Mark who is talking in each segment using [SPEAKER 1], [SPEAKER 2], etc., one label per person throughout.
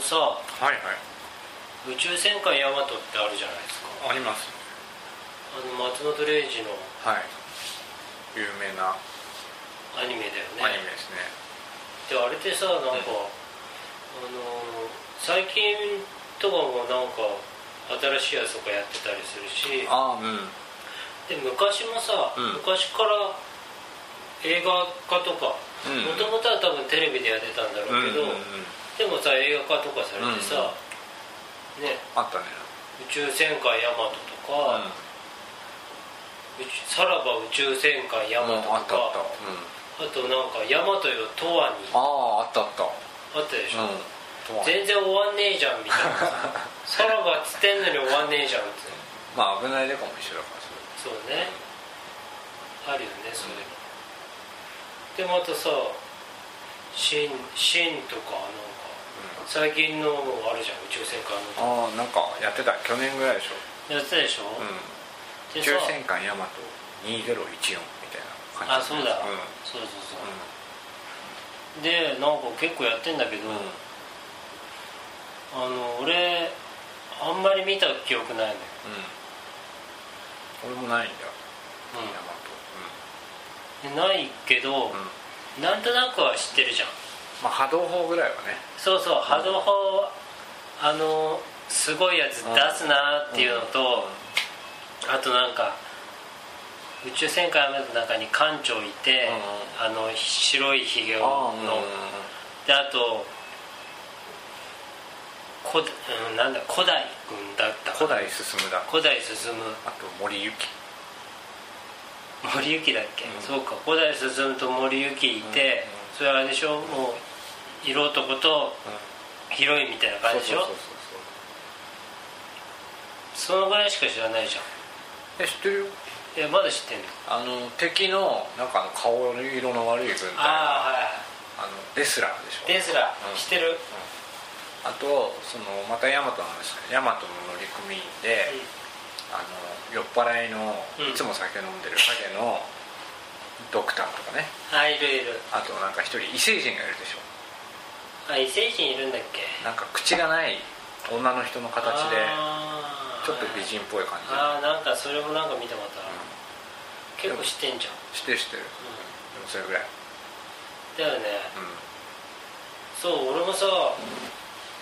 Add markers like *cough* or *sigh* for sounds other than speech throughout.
[SPEAKER 1] さ
[SPEAKER 2] はいはい
[SPEAKER 1] 宇宙戦艦ヤマトってあるじゃないですか
[SPEAKER 2] あります
[SPEAKER 1] あの松本零士の
[SPEAKER 2] はい有名な
[SPEAKER 1] アニメだよね
[SPEAKER 2] アニメですね
[SPEAKER 1] であれってさなんか、
[SPEAKER 2] うん
[SPEAKER 1] あのー最近とかもなんか新しいやつとかやってたりするし
[SPEAKER 2] ああうん
[SPEAKER 1] で昔もさ、
[SPEAKER 2] うん
[SPEAKER 1] 昔から映画化とか
[SPEAKER 2] う
[SPEAKER 1] も
[SPEAKER 2] ん
[SPEAKER 1] ともとは多分テレビでやってたんだろうけど、
[SPEAKER 2] うんうんうん
[SPEAKER 1] でもさ映画化とかされてさ、ね
[SPEAKER 2] あったね
[SPEAKER 1] 「宇宙戦艦ヤマト」とか、宇宙さらば宇宙戦艦ヤ
[SPEAKER 2] うん、
[SPEAKER 1] マ
[SPEAKER 2] もうあっ
[SPEAKER 1] ト」と
[SPEAKER 2] たあ
[SPEAKER 1] か
[SPEAKER 2] った、うん、
[SPEAKER 1] あとなんか「ヤマトよとわに」
[SPEAKER 2] あああったあった
[SPEAKER 1] あったでしょ、
[SPEAKER 2] うんとは
[SPEAKER 1] 全然終わんねえじゃんみたいなささらばっつってんのに終わんねえじゃんって
[SPEAKER 2] *laughs* まあ危ないでかも一緒だからそ
[SPEAKER 1] そ
[SPEAKER 2] れ
[SPEAKER 1] うねあるよねそういうのでまたさ「シン」シンとかなんか最近のもあるじゃん宇宙戦艦の
[SPEAKER 2] ああなんかやってた去年ぐらいでしょ、
[SPEAKER 1] やってたでしょ、
[SPEAKER 2] うん、
[SPEAKER 1] で
[SPEAKER 2] 宇
[SPEAKER 1] さ
[SPEAKER 2] 宙戦艦ヤマト2014みたいな感
[SPEAKER 1] あ
[SPEAKER 2] じ
[SPEAKER 1] そうだ、
[SPEAKER 2] うん
[SPEAKER 1] そうそうそうでなんか結構やってんだけど、
[SPEAKER 2] うんうん
[SPEAKER 1] あの俺あんまり見た記憶ないのよ、
[SPEAKER 2] 俺もないんだヤマ
[SPEAKER 1] でないけど
[SPEAKER 2] ト、うん、うん、
[SPEAKER 1] なんとなくは知ってるじゃん
[SPEAKER 2] まあ波動砲ぐらいはね
[SPEAKER 1] そうそう波動砲あのすごいやつ出すなーっていうのと、あとなんか宇宙戦艦ヤマトの中に艦長いて、あの白いひげをの
[SPEAKER 2] うんうんうん
[SPEAKER 1] であと古,、うん、なんだ古代君だったか
[SPEAKER 2] 古
[SPEAKER 1] な
[SPEAKER 2] 代進むだ
[SPEAKER 1] 古代進む
[SPEAKER 2] あと森行き
[SPEAKER 1] 森行だっけ、
[SPEAKER 2] うん
[SPEAKER 1] そうか古代進むと森行いて、
[SPEAKER 2] うんうん
[SPEAKER 1] それあれでしょもう色男とヒロインみたいな感じでしょ
[SPEAKER 2] そう
[SPEAKER 1] そ
[SPEAKER 2] そうそうそう
[SPEAKER 1] のぐらいしか知らないじゃん
[SPEAKER 2] え知ってるよ
[SPEAKER 1] えまだ知ってんの
[SPEAKER 2] あの敵のなんかあの顔色の悪い軍隊
[SPEAKER 1] ああ
[SPEAKER 2] あ
[SPEAKER 1] はいは
[SPEAKER 2] のレスラー
[SPEAKER 1] いレ
[SPEAKER 2] でしょ
[SPEAKER 1] スラ
[SPEAKER 2] う
[SPEAKER 1] ー
[SPEAKER 2] ん
[SPEAKER 1] 知ってる、
[SPEAKER 2] あとそのまたヤマトの話だねヤマトの乗組員で、あの酔っ払いの
[SPEAKER 1] うん
[SPEAKER 2] いつも酒飲んでる影のドクターとかね
[SPEAKER 1] あいるいる
[SPEAKER 2] あとなんか一人異星人がいるでしょ
[SPEAKER 1] あ異星人いるんだっけ
[SPEAKER 2] なんか口がない女の人の形で
[SPEAKER 1] あー
[SPEAKER 2] ちょっと美人っぽい感じ
[SPEAKER 1] ああなんかそれもなんか見たことある、
[SPEAKER 2] うん
[SPEAKER 1] 結構知ってんじゃん、
[SPEAKER 2] してしてるでもそれぐらい
[SPEAKER 1] うんだよね
[SPEAKER 2] う
[SPEAKER 1] そう俺もさ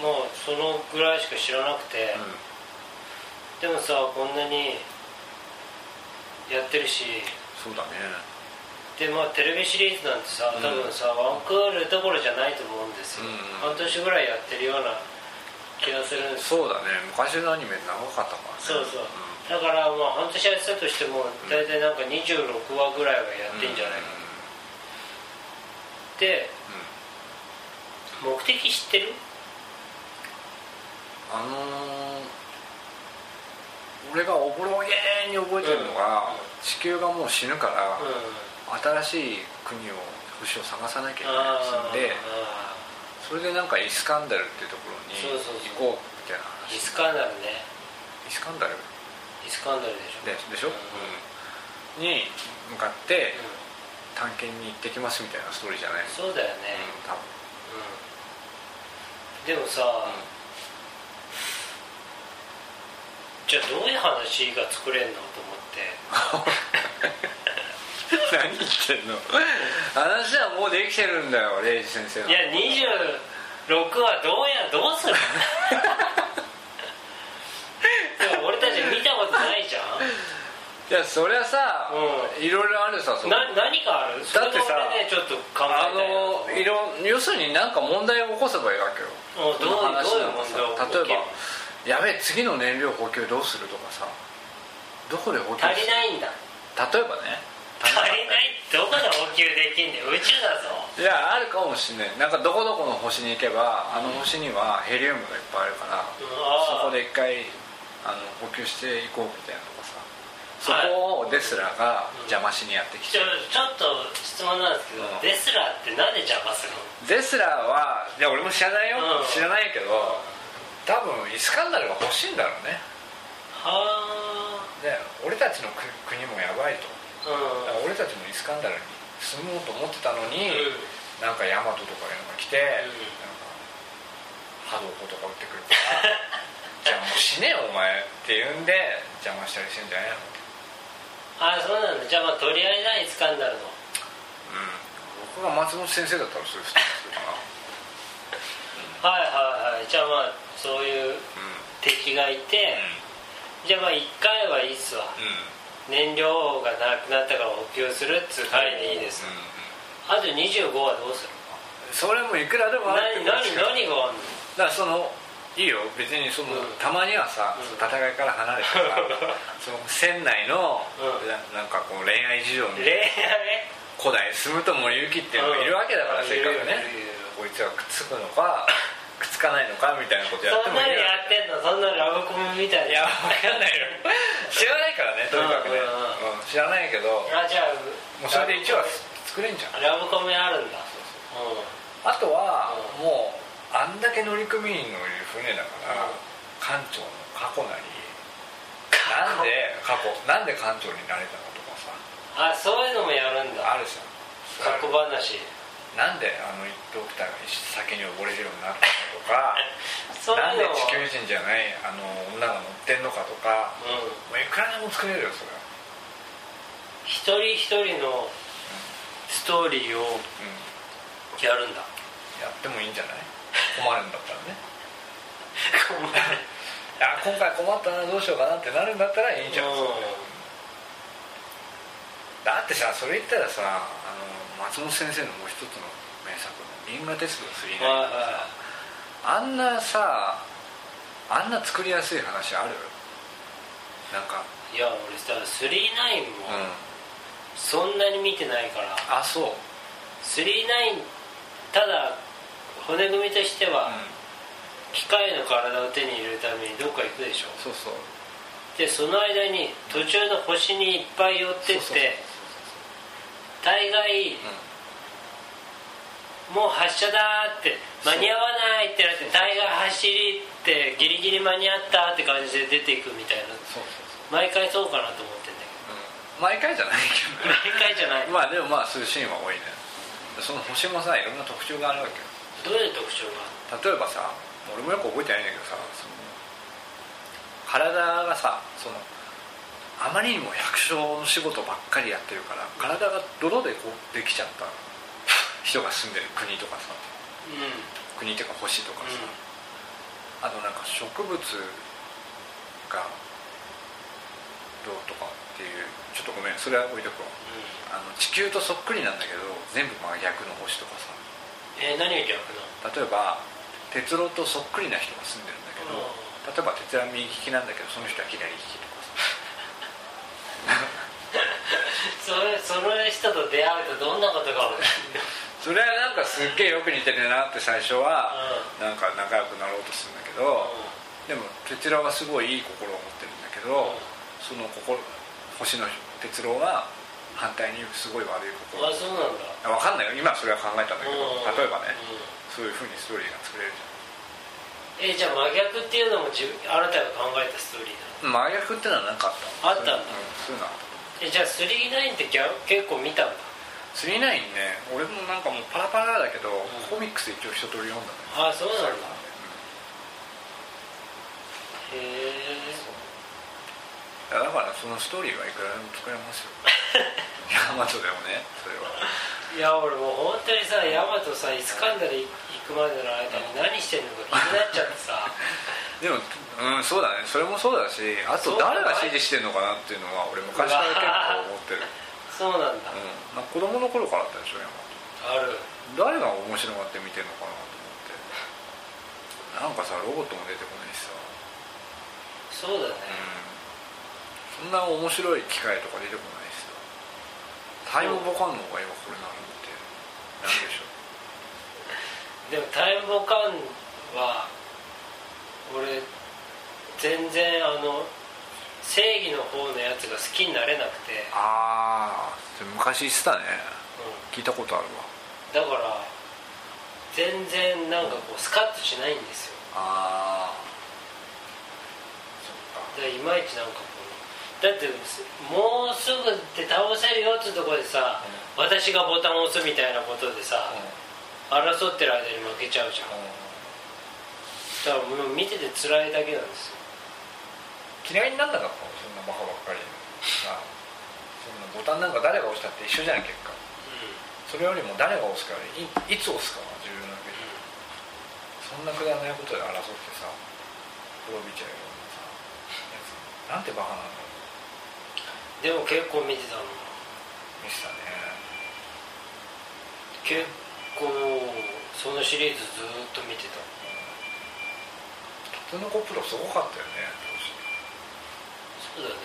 [SPEAKER 1] もうそのぐらいしか知らなくて、
[SPEAKER 2] ん、
[SPEAKER 1] で
[SPEAKER 2] うん
[SPEAKER 1] もさこんなにやってるし
[SPEAKER 2] そうだね
[SPEAKER 1] でまあテレビシリーズなんてさ多分さ、ワンクールどころじゃないと思うんですよ、
[SPEAKER 2] うん
[SPEAKER 1] 半年ぐらいやってるような気がするんです
[SPEAKER 2] そうだね昔のアニメ長かったからね
[SPEAKER 1] そうそう、
[SPEAKER 2] ん
[SPEAKER 1] だからまあ半年やってたとしても大体なんか26話ぐらいはやってんじゃないかな、で
[SPEAKER 2] うんうん
[SPEAKER 1] 目的知ってる
[SPEAKER 2] あのー俺がおぼろげに覚えてるのが、
[SPEAKER 1] うん
[SPEAKER 2] 地球がもう死ぬか
[SPEAKER 1] う
[SPEAKER 2] ら
[SPEAKER 1] ん、
[SPEAKER 2] 新しい国を星を探さなきゃいけない
[SPEAKER 1] あー
[SPEAKER 2] ってんで
[SPEAKER 1] あ
[SPEAKER 2] それでなんかイスカンダルっていうところに
[SPEAKER 1] そうそうそう
[SPEAKER 2] 行こうみたいな
[SPEAKER 1] ーイ
[SPEAKER 2] 話
[SPEAKER 1] スカンダルね
[SPEAKER 2] イスカンダル
[SPEAKER 1] イスカンダルでしょ
[SPEAKER 2] ででし
[SPEAKER 1] う
[SPEAKER 2] ょ、
[SPEAKER 1] ん
[SPEAKER 2] うんに向かって
[SPEAKER 1] うん
[SPEAKER 2] 探検に行ってきますみたいなストーリーじゃないですか、
[SPEAKER 1] そうだよね、
[SPEAKER 2] うん、多分
[SPEAKER 1] うんでもさ、じゃあどういう話が作れんのと思って
[SPEAKER 2] *laughs* 何言ってんの話はもうできてるんだよレイジ先生の
[SPEAKER 1] いや26はどうやどうする *laughs* でも俺たち見たことないじゃん
[SPEAKER 2] いやそりゃさ、いろいろあるさその
[SPEAKER 1] な何かあるそれ
[SPEAKER 2] だってさ
[SPEAKER 1] も俺ねちょっと考
[SPEAKER 2] あ
[SPEAKER 1] えたいな
[SPEAKER 2] のいろ要するに何か問題を起こせばいいわけよ
[SPEAKER 1] うんどう
[SPEAKER 2] この話なんかさ
[SPEAKER 1] どういう問題を起き
[SPEAKER 2] 例えばやべえ次の燃料補給どうするとかさどこで補給
[SPEAKER 1] 足
[SPEAKER 2] す
[SPEAKER 1] り
[SPEAKER 2] る
[SPEAKER 1] ないんだ
[SPEAKER 2] 例えばね
[SPEAKER 1] 足りないどこで補給できんねん宇宙だぞ
[SPEAKER 2] いやあるかもしんないなんかどこどこの星に行けばあの星にはヘリウムがいっぱいあるから
[SPEAKER 1] うん
[SPEAKER 2] そ
[SPEAKER 1] あ
[SPEAKER 2] こ
[SPEAKER 1] ー
[SPEAKER 2] で一回あの補給していこうみたいなとかさそこをデスラーが邪魔しにやってき
[SPEAKER 1] ち
[SPEAKER 2] て
[SPEAKER 1] ょちょっと質問なんですけど、
[SPEAKER 2] うん
[SPEAKER 1] デスラーってなんで邪魔するの
[SPEAKER 2] デスラーはいや俺も知らないよ、
[SPEAKER 1] うん
[SPEAKER 2] 知らないけど多分イスカンダルが欲しいんだろうね
[SPEAKER 1] は
[SPEAKER 2] で俺たちの国国もやばいと
[SPEAKER 1] あうん
[SPEAKER 2] だから俺たちもイスカンダルに住もうと思ってたのに、
[SPEAKER 1] うん
[SPEAKER 2] なんかヤマトとかいうのが来
[SPEAKER 1] ん
[SPEAKER 2] て、なんか波動砲とか打ってくるから「じゃあもう死ねよお前」って言うんで邪魔したりしてんじゃな
[SPEAKER 1] *laughs* ああ
[SPEAKER 2] いの
[SPEAKER 1] そうなんだじゃあまあ取り合いない掴んだの
[SPEAKER 2] うん僕が松本先生だったらそういう人するかな
[SPEAKER 1] はいはいはいじゃあまあそういう敵がいて、じゃあまあ1回はいいっすわ
[SPEAKER 2] うんうん
[SPEAKER 1] 燃料がなくなったから補給するっつう回でいいです、
[SPEAKER 2] うんうん
[SPEAKER 1] あと25はどうする
[SPEAKER 2] それもいくらでもある
[SPEAKER 1] 何
[SPEAKER 2] っ
[SPEAKER 1] 何
[SPEAKER 2] てことですよ
[SPEAKER 1] 何があんの
[SPEAKER 2] だからそのいいよ別にその、
[SPEAKER 1] うん
[SPEAKER 2] たまにはさ、
[SPEAKER 1] うん
[SPEAKER 2] 戦いから離れてさその船内の、
[SPEAKER 1] うん
[SPEAKER 2] ななんかこう恋愛事情に
[SPEAKER 1] 恋愛
[SPEAKER 2] 古代住むと森ゆきっていうのがいるわけだから、
[SPEAKER 1] うん
[SPEAKER 2] せっかく
[SPEAKER 1] いるいるい
[SPEAKER 2] ね
[SPEAKER 1] る
[SPEAKER 2] こいつがくっつくのかくっつかないのかみたいなことやっ
[SPEAKER 1] そ
[SPEAKER 2] て
[SPEAKER 1] ん
[SPEAKER 2] もい
[SPEAKER 1] なの
[SPEAKER 2] い
[SPEAKER 1] やってんのそんなのラブコメみたい
[SPEAKER 2] い
[SPEAKER 1] な
[SPEAKER 2] や分かんないよ知らないからねとにかくね、
[SPEAKER 1] う
[SPEAKER 2] うん知らないけど
[SPEAKER 1] あじゃあ
[SPEAKER 2] もうそれで一話作れんじゃん
[SPEAKER 1] ラブコメあるんだうん
[SPEAKER 2] あとは、
[SPEAKER 1] う
[SPEAKER 2] もうあんだけ乗組員のいる船だから、
[SPEAKER 1] うん
[SPEAKER 2] 艦長の過去なりなんで過去なんで艦長になれたのとかさ
[SPEAKER 1] あそういうのもやるんだ
[SPEAKER 2] あるじゃん
[SPEAKER 1] 過去話
[SPEAKER 2] なんであの一等機体が先に溺れるようになったのとか
[SPEAKER 1] そう
[SPEAKER 2] なん
[SPEAKER 1] い
[SPEAKER 2] で
[SPEAKER 1] うのも
[SPEAKER 2] 地球人じゃないあの女が乗ってんのかとか
[SPEAKER 1] うん
[SPEAKER 2] もういくらでも作れるよそれは、
[SPEAKER 1] 一人一人のストーリーを
[SPEAKER 2] うん、
[SPEAKER 1] やるんだ
[SPEAKER 2] やってもいいんじゃない困るんだったらねあ今回困ったなどうしようかなってなるんだったらいいじゃん、
[SPEAKER 1] うん
[SPEAKER 2] だってさそれ言ったらさあの松本先生のもう一つの名作の「銀河鉄道3」
[SPEAKER 1] はい
[SPEAKER 2] なん
[SPEAKER 1] はい
[SPEAKER 2] かさあんなさあんな作りやすい話あるなんか
[SPEAKER 1] いや俺さ39
[SPEAKER 2] う
[SPEAKER 1] も
[SPEAKER 2] ん
[SPEAKER 1] そんなに見てないから
[SPEAKER 2] あそううん
[SPEAKER 1] 39ただ骨組みとしては機械の体を手に入れるためにどっか行くでしょ
[SPEAKER 2] そうそう
[SPEAKER 1] でその間に途中の星にいっぱい寄ってっ
[SPEAKER 2] そうそうそうそう
[SPEAKER 1] て大概
[SPEAKER 2] うん
[SPEAKER 1] もう発車だーって間に合わないってなって大概走りってギリギリ間に合ったって感じで出ていくみたいな
[SPEAKER 2] そうそうそ
[SPEAKER 1] 毎回そうかなと思ってんだ
[SPEAKER 2] ううん毎回じゃないけ
[SPEAKER 1] けど
[SPEAKER 2] ど
[SPEAKER 1] 毎回じゃ *laughs* ない
[SPEAKER 2] まあでもまあそういうシーンは多いねその星もさいろんな特徴があるわけよ
[SPEAKER 1] どういう特徴が
[SPEAKER 2] 例えばさ俺もよく覚えてないんだけどさその体がさそのあまりにも百姓の仕事ばっかりやってるから体が泥でこうできちゃった人が住んでる国とかさ
[SPEAKER 1] う
[SPEAKER 2] 国とか星とかさ、
[SPEAKER 1] うん
[SPEAKER 2] あとなんか植物がどうとかっていうちょっとごめんそれは置いとくわ
[SPEAKER 1] んうん
[SPEAKER 2] あの地球とそっくりなんだけど全部真逆の星とかさ
[SPEAKER 1] えー、何が逆なの
[SPEAKER 2] 例えば哲郎とそっくりな人が住んでるんだけど、例えば哲郎は右利きなんだけどその人は左利きとかさ
[SPEAKER 1] *laughs* それその人と出会うとどんなことが *laughs* 起きる
[SPEAKER 2] それはなんかすっげえよく似てるなって最初はなんか仲良くなろうとするんだけ
[SPEAKER 1] の
[SPEAKER 2] ど、でも哲郎はすごいいい心を持ってるんだけど、
[SPEAKER 1] うん
[SPEAKER 2] その心星の哲郎は反対にすごい悪い心
[SPEAKER 1] あそうなんだ
[SPEAKER 2] 分かんないよ今それは考えたんだけど
[SPEAKER 1] うん
[SPEAKER 2] 例えばね
[SPEAKER 1] うん
[SPEAKER 2] そういうふうにストーリーが作れるじゃん
[SPEAKER 1] えじゃあ真逆っていうのも自分あなたが考えたストーリーなの
[SPEAKER 2] 真逆ってのはなかった
[SPEAKER 1] あったんだ
[SPEAKER 2] うんそういうのはあった
[SPEAKER 1] えじゃあ39ってギャ結構見たんだ
[SPEAKER 2] 釣りないんね俺もなんかもうパラパラだけど、コミックス一応一通り読んだね
[SPEAKER 1] あそうなんだへ
[SPEAKER 2] う
[SPEAKER 1] え
[SPEAKER 2] んいやだからそのストーリーはいくらでも作れますよ *laughs* いやマトでもねそれはい
[SPEAKER 1] や俺もう本当にさヤマトさイスカンダル行くまでの間に何してんのか気になっちゃってさ
[SPEAKER 2] でもうんそうだねそれもそうだしあと誰が支持してんのかなっていうのは俺昔から結構思ってる、
[SPEAKER 1] そうなんだ
[SPEAKER 2] うん、なんか子供の頃からあったでしょ山
[SPEAKER 1] ある
[SPEAKER 2] 誰が面白がって見てんのかなと思ってなんかさロボットも出てこないしさ、
[SPEAKER 1] そうだね
[SPEAKER 2] うん、そんな面白い機械とか出てこないしさタイムボカンの方が今これなのってなんでしょう
[SPEAKER 1] でもタイムボカンは俺全然あの正義の方のやつが好きになれなくて、
[SPEAKER 2] ああ昔言ってたね
[SPEAKER 1] うん
[SPEAKER 2] 聞いたことあるわ
[SPEAKER 1] だから全然なんかこうスカッとしないんですよ
[SPEAKER 2] ああそっ
[SPEAKER 1] だからいまいちなんかこうだってもうすぐって倒せるよっつうところでさ、私がボタンを押すみたいなことでさ、
[SPEAKER 2] かうん
[SPEAKER 1] 争ってる間に負けちゃうじゃん、
[SPEAKER 2] うん
[SPEAKER 1] だからもう見てて辛いだけなんですよ
[SPEAKER 2] 嫌いになんなかったもんそんなバカばっ *laughs* かりさそんなボタンなんか誰が押したって一緒じゃん結果それよりも誰が押すかいいつ押すかが重要なわけでそんなくだらないことで争ってさ滅びちゃうようなさやつなんてバカなんだろう
[SPEAKER 1] うん、でも結構見てたの
[SPEAKER 2] 見せたね
[SPEAKER 1] 結構そのシリーズずーっと見てた
[SPEAKER 2] タツノコプロすごかったよね当時
[SPEAKER 1] そうだよね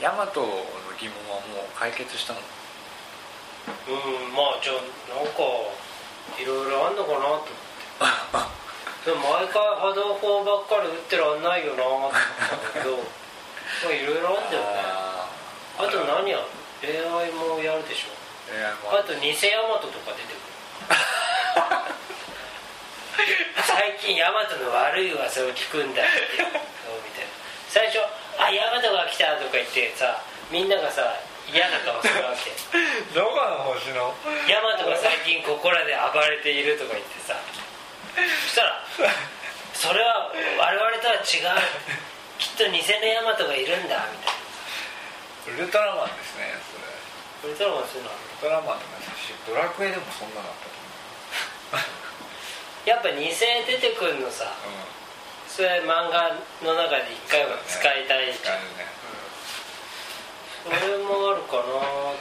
[SPEAKER 2] ヤマトの疑問はもう解決したの
[SPEAKER 1] うんまあじゃあなんかいろいろあんのかなと思ってでも毎回波動砲ばっかり打ってらんないよなと思ったんだけ *laughs* どまあいろいろあんだよねあと何やる AI もやるでしょ
[SPEAKER 2] *laughs* えーま
[SPEAKER 1] あと偽ヤマトとか出てくる *laughs* 最近ヤマトの悪い噂を聞くんだっていうのを見て最初「あヤマトが来た」とか言ってさみんながさ嫌な顔するわけ
[SPEAKER 2] あどこの星の
[SPEAKER 1] ヤマトが最近ここらで暴れているとか言ってさそしたら「それは我々とは違うきっと偽のヤマトがいるんだ」みたいな
[SPEAKER 2] ウルトラマンですねそ
[SPEAKER 1] ウ
[SPEAKER 2] れ
[SPEAKER 1] ルトラマンそういうのある
[SPEAKER 2] ウルトラマンとかさしドラクエでもそんなのあったと
[SPEAKER 1] やっぱ偽出てくるのさ
[SPEAKER 2] 思ううん
[SPEAKER 1] それ漫画の中で一回は使いたいじ
[SPEAKER 2] 使え
[SPEAKER 1] ゃん
[SPEAKER 2] るね
[SPEAKER 1] それもあるかなと思っ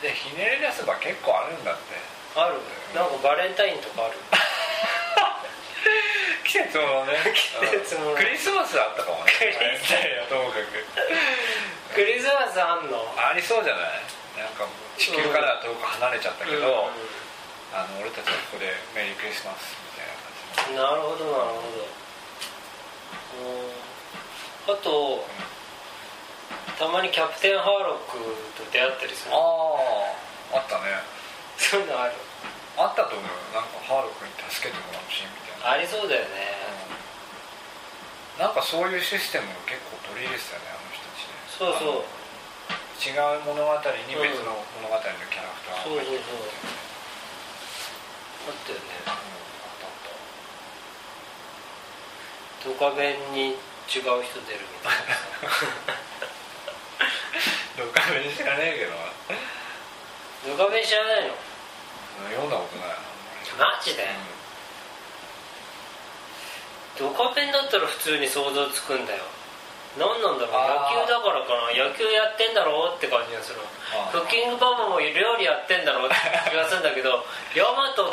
[SPEAKER 1] て
[SPEAKER 2] でひねり出せば結構あるんだって
[SPEAKER 1] あるなんかバレンタインとかある
[SPEAKER 2] 季節ものね
[SPEAKER 1] 季節もの
[SPEAKER 2] うんクリスマスあったかもね
[SPEAKER 1] クリスマス
[SPEAKER 2] ともか
[SPEAKER 1] *laughs*
[SPEAKER 2] く
[SPEAKER 1] クリスマスあんの
[SPEAKER 2] ありそうじゃないなんかもう地球からは遠く離れちゃったけど、
[SPEAKER 1] う
[SPEAKER 2] あの俺たちはここでメリークリスマスみたいな感じ
[SPEAKER 1] んなるほどな
[SPEAKER 2] の
[SPEAKER 1] るほどうんあとたまにキャプテンハーロックと出会ったりする
[SPEAKER 2] あああったね
[SPEAKER 1] そういうのある
[SPEAKER 2] あったと思うよなんかハーロ君に助けてもらうシーンみたいな、
[SPEAKER 1] ありそうだよね
[SPEAKER 2] なんかそういうシステムを結構取り入れてたよね
[SPEAKER 1] そ
[SPEAKER 2] あの人たちね
[SPEAKER 1] うそう
[SPEAKER 2] あの違う物語に別の物語のキャラクター
[SPEAKER 1] そうそうそう
[SPEAKER 2] が入ってるみた
[SPEAKER 1] あっ
[SPEAKER 2] いなね
[SPEAKER 1] たよね
[SPEAKER 2] う
[SPEAKER 1] ドカベンに違う人出るみたいなさ
[SPEAKER 2] んあったあったどっかめ知らねえけど
[SPEAKER 1] ドカベン知らないの
[SPEAKER 2] 読んだことないな
[SPEAKER 1] マジでドカベンだったら普通に想像つくんだよ何なんだろう
[SPEAKER 2] あー
[SPEAKER 1] 野球だからかな野球やってんだろうって感じがする
[SPEAKER 2] あー
[SPEAKER 1] クッキングパパも料理やってんだろうって気がするんだけ
[SPEAKER 2] *laughs*
[SPEAKER 1] どヤマトっ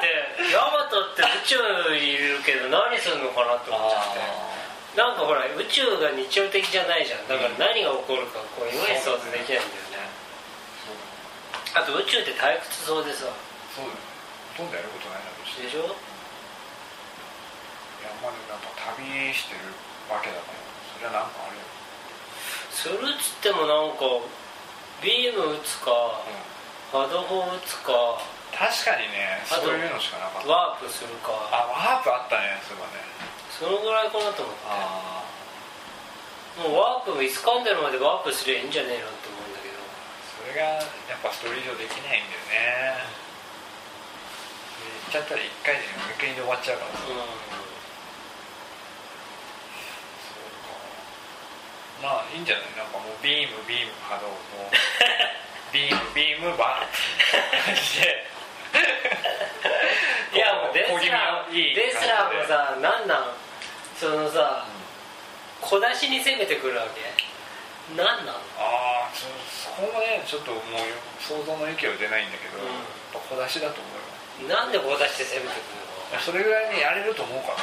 [SPEAKER 1] てヤマトって宇宙にいるけど何するのかなって思っちゃってなんかほら宇宙が日常的じゃないじゃんだから何が起こるかこうイメージ想像できないんだよねあと宇宙って退屈そうでさ
[SPEAKER 2] そうだよねほとんどやることないなとして
[SPEAKER 1] でしょ
[SPEAKER 2] いやまあでもやっぱ旅してるわけだからそれはなんかあるよ、
[SPEAKER 1] するっつってもなんかビーム打つか波動砲打つか
[SPEAKER 2] 確かにね
[SPEAKER 1] あと
[SPEAKER 2] そういうのしかなかった
[SPEAKER 1] ワープするか
[SPEAKER 2] あワープあったねそういえばね
[SPEAKER 1] そのぐらいかなと思っ
[SPEAKER 2] あ
[SPEAKER 1] てもうワープもイスカンデルまでワープすりゃいいんじゃねえのって思うんだけど
[SPEAKER 2] それがやっぱストーリー上できないんだよね行っちゃったら一回で無限に終わっちゃうからさ、
[SPEAKER 1] う
[SPEAKER 2] そうかまあいいんじゃないなんかもうビームビーム波動
[SPEAKER 1] *laughs*
[SPEAKER 2] もうビームビームバー *laughs* って
[SPEAKER 1] んいやもうデ
[SPEAKER 2] 小
[SPEAKER 1] ス
[SPEAKER 2] 気味
[SPEAKER 1] ラー
[SPEAKER 2] のいい
[SPEAKER 1] デスラーも
[SPEAKER 2] 感
[SPEAKER 1] さなんなんそのさ小出しに攻めてくるわけなんなん
[SPEAKER 2] ああそそこもねちょっともう想像の域は出ないんだけど、
[SPEAKER 1] うん
[SPEAKER 2] やっぱ小出しだと思うよ
[SPEAKER 1] なんで小出しで攻めて
[SPEAKER 2] それぐらいにやれると思う
[SPEAKER 1] *laughs*
[SPEAKER 2] から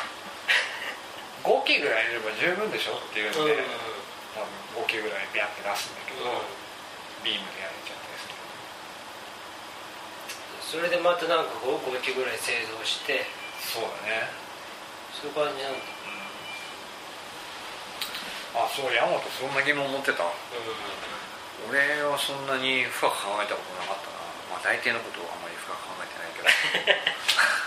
[SPEAKER 2] 5機ぐらいいれば十分でしょっていうんで、
[SPEAKER 1] くるの
[SPEAKER 2] 多分5機ぐらいビャンって出すんだけど、
[SPEAKER 1] うん
[SPEAKER 2] ビームでやれちゃったりする
[SPEAKER 1] それでまたなんか5個1ぐらい製造して
[SPEAKER 2] そうだね
[SPEAKER 1] そういう感じなんだ
[SPEAKER 2] うんあそうヤマトそんな疑問持ってた俺はそんなに深く考えたことなかったなまあ大抵のことをあんまり深く考えてないけど